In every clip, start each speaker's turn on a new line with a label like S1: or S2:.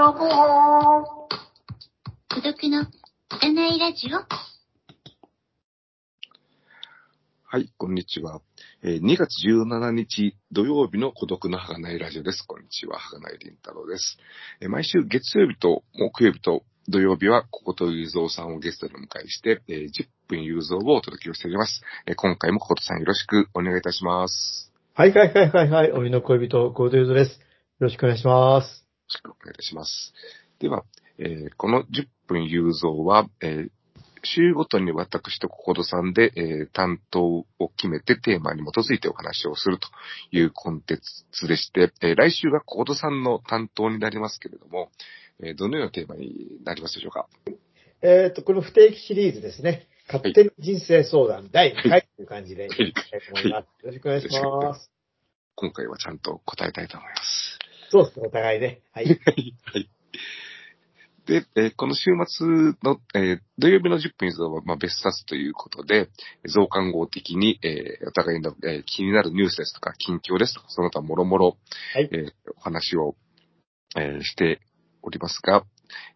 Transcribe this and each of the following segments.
S1: は
S2: 孤独の占いラジオ
S3: はい、こんにちは。えー2月17日土曜日の孤独のはがないラジオです。こんにちは、はがないりんたろうです。えー毎週月曜日と木曜日と土曜日は、こことゆうぞうさんをゲストにお迎えして、えー10分ゆうぞうをお届けをしております。えー今回もこことさんよろしくお願いいたします。よ
S4: はい、はい、はい、はい、はい。お湯の恋人、ゴードユーズです。よろしくお願いします。
S3: ろしくお願いいたします。では、えーこの10分ゆうぞうは、えー週ごとに私とこことさんで、えー担当を決めてテーマに基づいてお話をするというコンテンツでして、えー来週がコードさんの担当になりますけれども、えーどのようなテーマになりますでしょうか
S4: えっ、と、この不定期シリーズですね。勝手に人生相談第2回という感じでいきたいと思います。よろしくお願いします。
S3: 今回はちゃんと答えたいと思います。
S4: そうですね、お互いね。はい。
S3: はい。で、えーこの週末の、えー土曜日の10分以上は、まあ、別冊ということで、増刊号的に、えーお互いの、えー気になるニュースですとか、近況ですとか、その他もろもろ、
S4: はい
S3: えーお話を、えーしておりますが、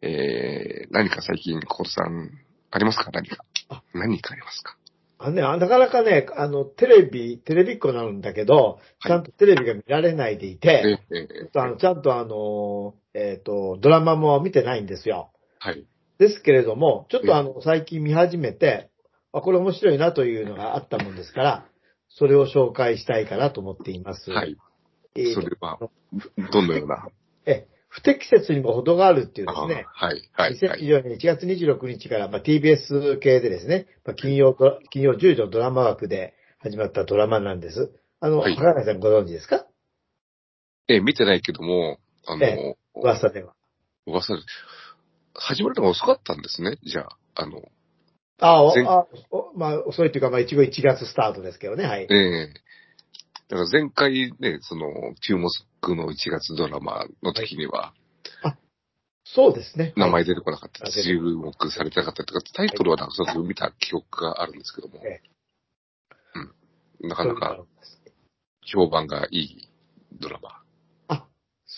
S3: えー何か最近、コールさん、ありますか何か
S4: あ。
S3: 何かありますか
S4: あのね、あなかなかね、あの、テレビ、テレビっ子なんだけど、
S3: はい
S4: ちゃんとテレビが見られないでいて、
S3: えーえー
S4: ちょっとあのちゃんとあの、えっ、と、ドラマも見てないんですよ。
S3: はい。
S4: ですけれども、ちょっとあの、最近見始めて、あ、これ面白いなというのがあったもんですから、それを紹介したいかなと思っています。
S3: はい。
S4: えーと
S3: それは、どのような。
S4: え、不適切にも程があるっていうですね、
S3: あーはい。はい。はい。
S4: 2024年1月26日から、まあ、TBS 系でですね、まあ、金曜ドラ、金曜10時のドラマ枠で始まったドラマなんです。あの、
S3: はい
S4: 高柳さんご存知ですか
S3: えー見てないけども、あの、
S4: え噂では。
S3: 噂で、始まるのが遅かったんですね、じゃあ。あの、
S4: あお
S3: 全
S4: あお、まあ、遅いというか、まあ、一応1月スタートですけどね、はい。
S3: ええだから前回ね、その、注目の1月ドラマの時には、
S4: そうですね。
S3: 名前出てこなかった、
S4: はい
S3: 注目されてなかったとか、タイトルはなんかその見た記憶があるんですけども
S4: え、
S3: うん。なか
S4: はい
S3: なか評判がいいドラマ。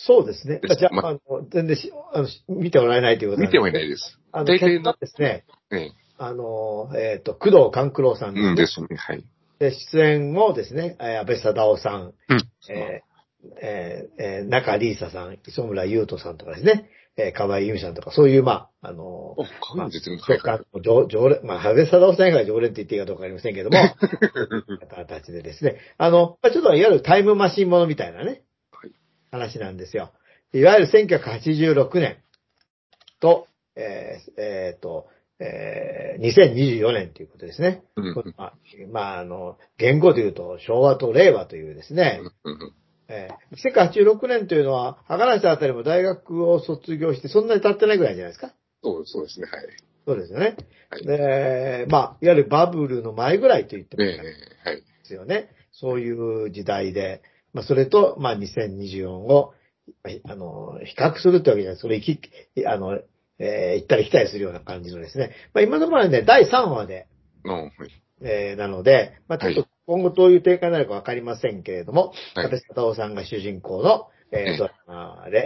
S4: そうですね。
S3: です
S4: じゃ
S3: ま
S4: あ、あの、全然しあのし見ておられないということ。
S3: 見てはいないいです。
S4: あの、
S3: 大体
S4: 結果ですね、
S3: ええ
S4: あの、えっ、と、工藤官九郎さん
S3: うんですね、はい。
S4: で、出演をですね、えー安倍貞夫さん、
S3: うん
S4: えーえーえー中里依紗さん、磯村優斗さんとかですね、えー河合由美さんとか、そういう、まあ、あの
S3: お、かなり出てるん
S4: ー、常常連、まあ、安倍貞夫さん以外は常連って言っていいかどうかわかりませんけども、 方たちでですね、あの、まあ、ちょっといわゆるタイムマシンものみたいなね、
S3: はい
S4: 話なんですよ。いわゆる1986年と、えーえーと、えー2024年ということですね。
S3: うんうん
S4: まあ、まあ、あの、言語で言うと昭和と令和というですね、
S3: うんうん
S4: えー、1986年というのは、博覧さんあたりも大学を卒業してそんなに経ってないぐらいじゃないですか。
S3: そうそうですね、はい。
S4: そうですよね。
S3: はい
S4: で、まあ、いわゆるバブルの前ぐらいと言ってもいいかな
S3: ええはい。
S4: ですよね。そういう時代で、まあ、それと、まあ、2024を、あの、比較するってわけじゃない。それ行き、あの、えー行ったり来たりするような感じのですね。まあ、今のところはね、第3話で、
S3: うんはい
S4: えーなので、まあ、ちょっと今後どういう展開になるかわかりませんけれども、
S3: はい
S4: 安倍佐藤さんが主人公の、え
S3: ええ
S4: ー、ドラマで、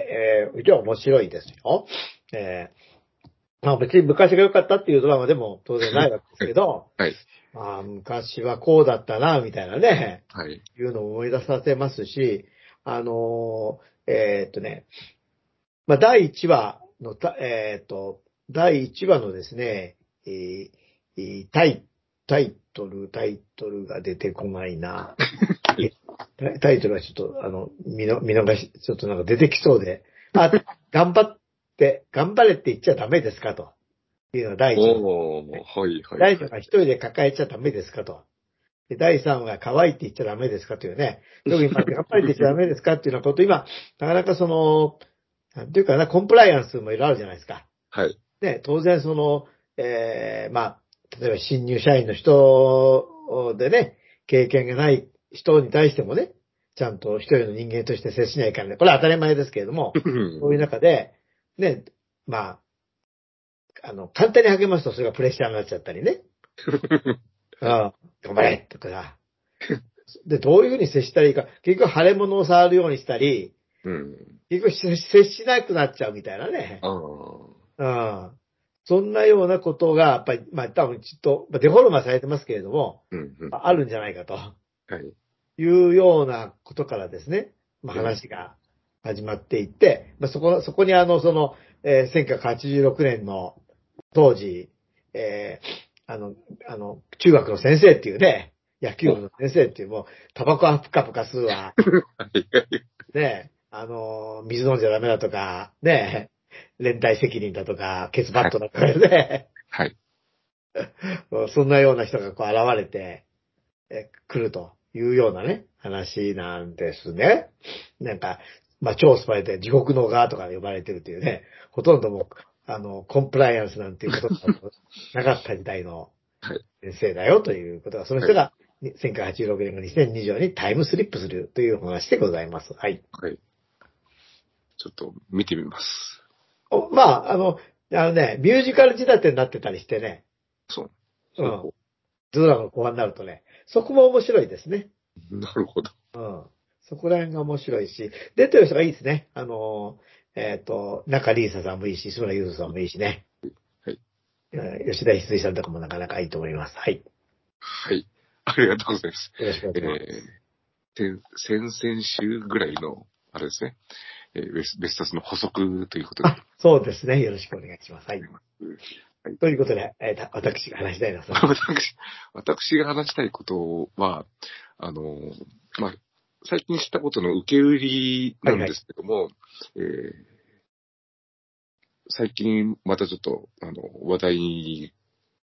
S4: えー、非常に面白いですよ。えー、まあ別に昔が良かったっていうドラマでも当然ないわけですけど、
S3: はい
S4: まあ昔はこうだったな、みたいなね、
S3: はい。
S4: いうのを思い出させますし、あのーえーっとね、まあ第1話のた、えーっと、第1話のですね、えーえータイ、タイトル、タイトルが出てこないな。 えタイタイトルはちょっと、あの、見の見逃し、ちょっとなんか出てきそうで、あ、頑張って、頑張れって言っちゃダメですかと。いうのが第1話。
S3: おー、はいはい。
S4: 第3が一人で抱えちゃダメですかと。で第3が可愛いって言っちゃダメですかというね。特にまあ頑張れって言っちゃダメですかっていうようなこと、今、なかなかその、なんていうかな、コンプライアンスもいろいろあるじゃないですか。
S3: はい。
S4: ね、当然その、えー、まあ、例えば新入社員の人でね、経験がない人に対してもね、ちゃんと一人の人間として接しないからね、これは当たり前ですけれども、そういう中で、ね、まあ、あの、簡単に励ますとそれがプレッシャーになっちゃったりね。ああ頑張れとか。で、どういうふうに接したらいいか。結局、腫れ物を触るようにしたり、
S3: うん。
S4: 結局接、接しなくなっちゃうみたいなね。
S3: ああ。
S4: うん。そんなようなことが、やっぱり、まあ、多分きっと、まあデフォルマされてますけれども、
S3: うん、うん。
S4: あるんじゃないかと
S3: はい。
S4: いうようなことからですね、まあ、話が始まっていって、まあ、そこ、そこにあの、その、えー1986年の当時、えーあの、あの、中学の先生っていうね、野球部の先生っていう、もう、タバコはプカプカ吸う
S3: は
S4: わ、
S3: い、はい。
S4: ね、あの、水飲んじゃダメだとか、ね、連帯責任だとか、ケツバットだとかね、
S3: はい。
S4: そんなような人がこう現れて、え、来るというようなね、話なんですね。なんか、まあ、超スパイで地獄の側とか呼ばれてるというね、ほとんどもう、あの、コンプライアンスなんていうことがなかった時代の
S3: はい
S4: 先生だよということが、その人がに1986年が2024にタイムスリップするというお話でございます。はい。
S3: はい。ちょっと見てみます。
S4: おまあ、あの、あのね、ミュージカル仕立てになってたりしてね、
S3: そう。
S4: うん。ドラマの後半になるとね、そこも面白いですね。
S3: なるほど。
S4: うん。そこら辺が面白いし、出てる人がいいですね。あのー、えっ、と、中里依紗さんもいいし、志村優さんもいいしね。
S3: はい
S4: えー。吉田翡翠さんとかもなかなかいいと思います。はい。
S3: はい。ありがとうございます。
S4: よろしくお
S3: え
S4: 願いし
S3: ー、先先々週ぐらいの、あれですね、えー、ベスベスタスの補足ということで
S4: ます。あ、そうですね。よろしくお願いします。はい
S3: うん。
S4: ということで、えーた私が話したいのはその、
S3: 私、私が話したいことは、あの、まあ、最近知ったことの受け売りなんですけども、えー最近またちょっと、あの、話題に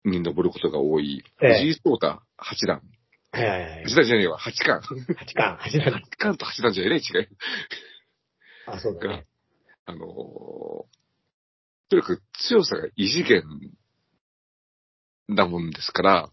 S3: 上ることが多い、
S4: ええ
S3: 藤井聡太八段。
S4: はいはいはい。
S3: 八段じゃねえわ、八冠。
S4: 八巻、八巻。
S3: 八冠と八段じゃねえ、違い。
S4: あ、そうだね。
S3: あのーとにかく強さが異次元なもんですから、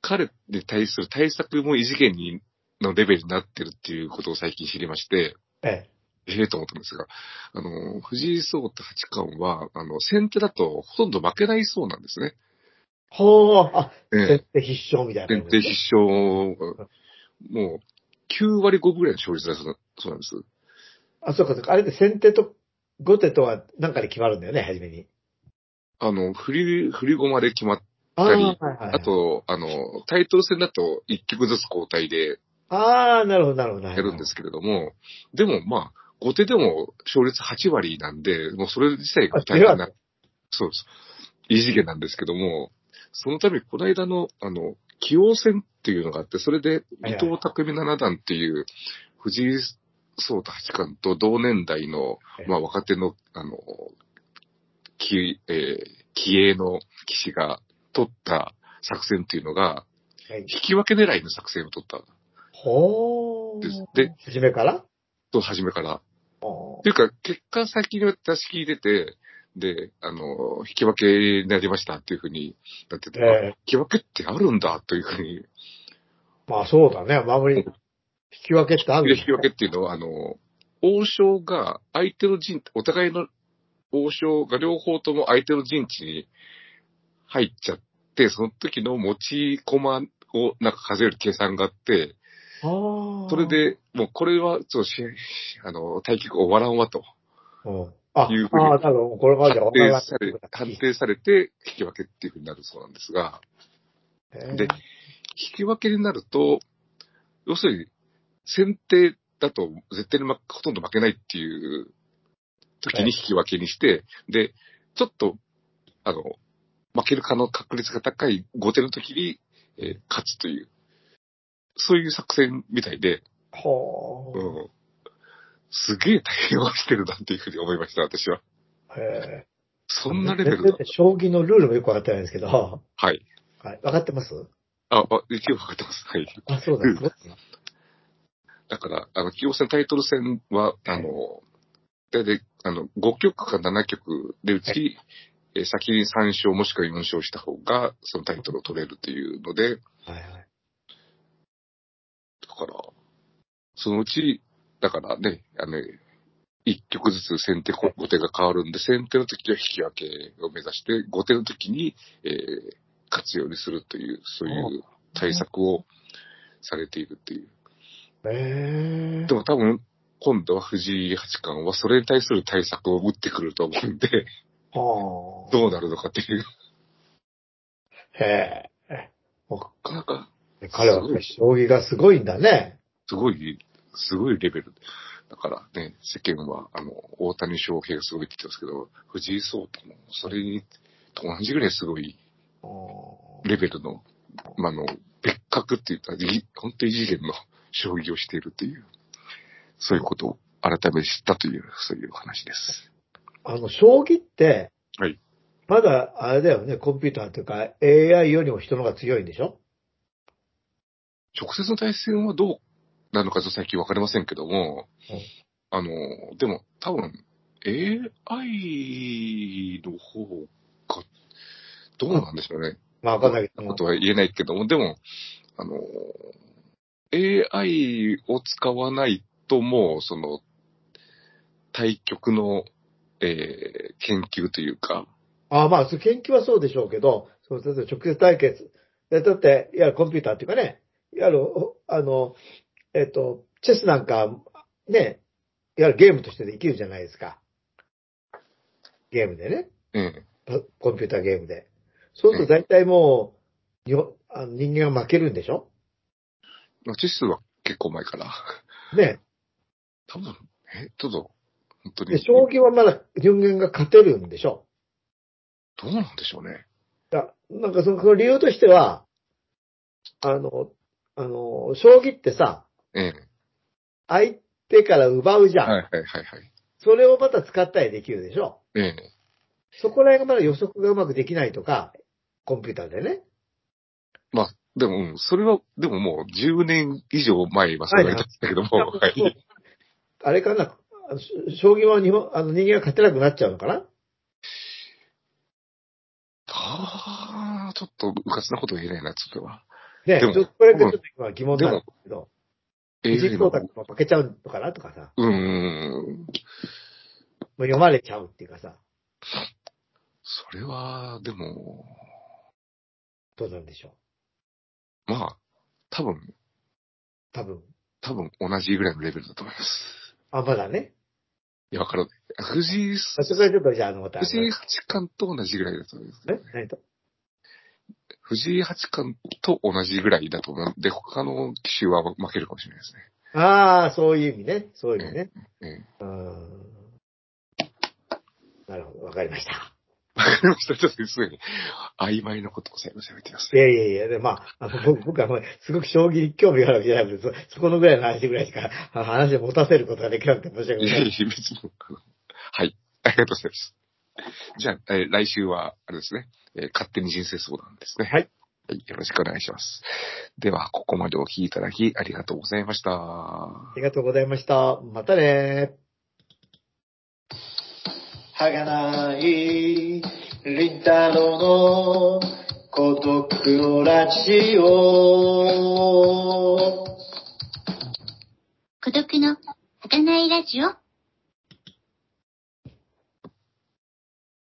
S3: 彼に対する対策も異次元にのレベルになってるっていうことを最近知りまして、
S4: え
S3: ええと思ったんですが、あのー藤井聡太八冠は、あの、先手だとほとんど負けないそうなんですね。
S4: ー、ほー、あ、
S3: え
S4: 先手必勝みたい
S3: え先
S4: な
S3: 手必勝が、もう、9割5分ぐらいの勝率だそうなそうなんです。
S4: あ、そうかそうか。あれで先手と後手とはなんかで決まるんだよね、初めに。
S3: あの、振り、振り駒で決まっ
S4: あー
S3: やっぱり
S4: はいはいは
S3: あ
S4: い
S3: と、あの、タイトル戦だと1局ずつ交代で
S4: ああ、なるほど、なるほど。や
S3: やるんですけれども、でもまあ、後手でも勝率8割なんで、もうそれ自体が大変な、そうです。異次元なんですけども、そのためにこの間の、あの、棋王戦っていうのがあって、それで伊藤匠七段っていう藤井聡太八冠と同年代の
S4: はい、
S3: まあ若手の、あの、棋、えー棋英の騎士が取った作戦っていうのが、
S4: はい。
S3: 引き分け狙いの作戦を取ったん
S4: ほー。
S3: です。で、、
S4: 初めから
S3: と初めから。
S4: ほ
S3: というか、結果先に私聞いてて、で、あの、引き分けになりましたっていうふうになってて、
S4: ええ
S3: あ引き分けってあるんだというふうに、
S4: ーまあそうだね、守り、引き分けってあるん
S3: で
S4: だ
S3: 引き分けっていうのは、あの、王将が相手の陣、お互いの王将が両方とも相手の陣地に入っちゃって、その時の持ち駒をなんか数える計算があって、
S4: ああ。
S3: それ、で、もうこれは、そうし、あの、対局終わらんわと。
S4: うん、あ、ああ
S3: いう
S4: ー、
S3: ふうに
S4: 多分、これからじゃ
S3: 判定され
S4: 分、から
S3: 判定されて、引き分けっていうふうになるそうなんですが、
S4: ない
S3: で引き分けになると、要するに、先手だと絶対にまほとんど負けないっていう時に
S4: はい
S3: 引き分けにして、で、ちょっと、あの、負ける可能確率が高い後手の時に、えー勝つという、そういう作戦みたいで、
S4: えーほ
S3: う
S4: ー。
S3: ん。すげえ対応してるなっていうふうに思いました、私は。
S4: え
S3: そ
S4: ー
S3: んなレベルだ。
S4: 将棋のルールもよくわかってないんですけど、は
S3: はい。
S4: い、わかってます
S3: あ、あ一応分かってます。はい。
S4: あ、そうだ、
S3: ルール
S4: そうですね
S3: だから、あの、棋王戦タイトル戦は、あの、大体、あの、5局か7局でう
S4: は
S3: ち、えー先に3勝もしくは4勝した方が、そのタイトルを取れるというので、だ
S4: はいはい。
S3: から、そのうち、だからね、あの、一曲ずつ先手後手が変わるんで、先手の時は引き分けを目指して、後手の時に、えー勝つようにするという、そういう対策をされているっていう。
S4: ええ
S3: でも多分、今度は藤井八冠はそれに対する対策を打ってくると思うんで、
S4: はあ。
S3: どうなるのかっていう。
S4: へえ。も
S3: なんか、
S4: う彼は将棋がすごいんだね。
S3: すごい、すごいレベル。だからね、世間は、あの、大谷翔平がすごいって言ってますけど、藤井聡太も、それに、と同じぐらいすごい
S4: うん
S3: レベルの、まあ、あの、別格って言ったら、い本当に異次元の将棋をしているという、そういうことを改めて知ったという、そういう話です。
S4: あの、将棋って、
S3: はい。
S4: まだ、あれだよね、コンピューターというか、AI よりも人の方が強いんでしょ
S3: 直接の対戦はどうなのかちょっと最近わかりませんけども、
S4: うん
S3: あの、でも多分 AI の方が、どうなんでしょうね。
S4: まあ、わかんないけど
S3: こ。とは言えないけども、でも、あの、AI を使わないともう、その、対局の、えー研究というか、
S4: ああ、まあ、そう研究はそうでしょうけど、そう、例えば直接対決。えだって、いわゆるコンピューターっていうかね、いわゆる、おあの、えっ、と、チェスなんか、ね、いわゆるゲームとしてできるじゃないですか。ゲームでね。
S3: ええ
S4: パコンピューターゲームで。そうすると大体もう、よあの人間が負けるんでしょ
S3: まあチェスは結構前から、
S4: ね。
S3: 多分、え、ちょっと、本当
S4: で、
S3: に、
S4: 将棋はまだ人間が勝てるんでしょ
S3: どうなんでしょうね。
S4: だなんかそのその理由としては、あの、あの、将棋ってさ、
S3: ええ
S4: 相手から奪うじゃん。
S3: はいはいはいはい。
S4: それをまた使ったりできるでしょ。
S3: ええ
S4: そこら辺がまだ予測がうまくできないとか、コンピューターでね。
S3: まあ、でも、うんそれは、でももう10年以上前はそれが言ってたけども、は
S4: はい
S3: い。
S4: あれかな、あのし将棋は日本、あの人間が勝てなくなっちゃうのかな
S3: ああ、ちょっと、うかつなことは言えないな、それは。
S4: ね
S3: でも
S4: ちょっとこれがちょっと今疑問なんだけど、藤
S3: AI の
S4: 井聡太君も負けちゃうのかなとかさ、
S3: うーん。
S4: もう読まれちゃうっていうかさ、
S3: それは、でも、
S4: どうなんでしょう。
S3: まあ、多分、
S4: 多分。
S3: 多分同じぐらいのレベルだと思います。
S4: あ、まだね。
S3: いや、わからない。藤井、
S4: あそこはちょっとじゃあ、あの、また。
S3: 藤井八冠と同じぐらいだと思います。
S4: え何と
S3: 藤井八冠と同じぐらいだと思うんで、他の騎手は負けるかもしれないです
S4: ああ、そういう意味ね。そういう意味ね。
S3: ね。
S4: うーん。なるほど。わかりました。
S3: ええ。わかりました。ちょっとすでに曖昧なことを最後にめてください。
S4: いやいやいや、で、まあ、あの僕僕はもうすごく将棋に興味があるわけじゃなくて、そ、そこのぐらいの話ぐらいしか、あ話を持たせることができなくて申し訳ご
S3: い
S4: ざ
S3: や
S4: い
S3: い
S4: ま
S3: や、
S4: せん。
S3: 別に。あのはい。ありがとうございます。じゃあ、えー来週は、あれですね、えー勝手に人生相談ですね。
S4: はい
S3: はい。よろしくお願いします。では、ここまでお聞きいただき、ありがとうございました。
S4: ありがとうございました。またね
S5: はがない、りんたろうの孤独のラジオ。
S2: 孤独の儚いラジオ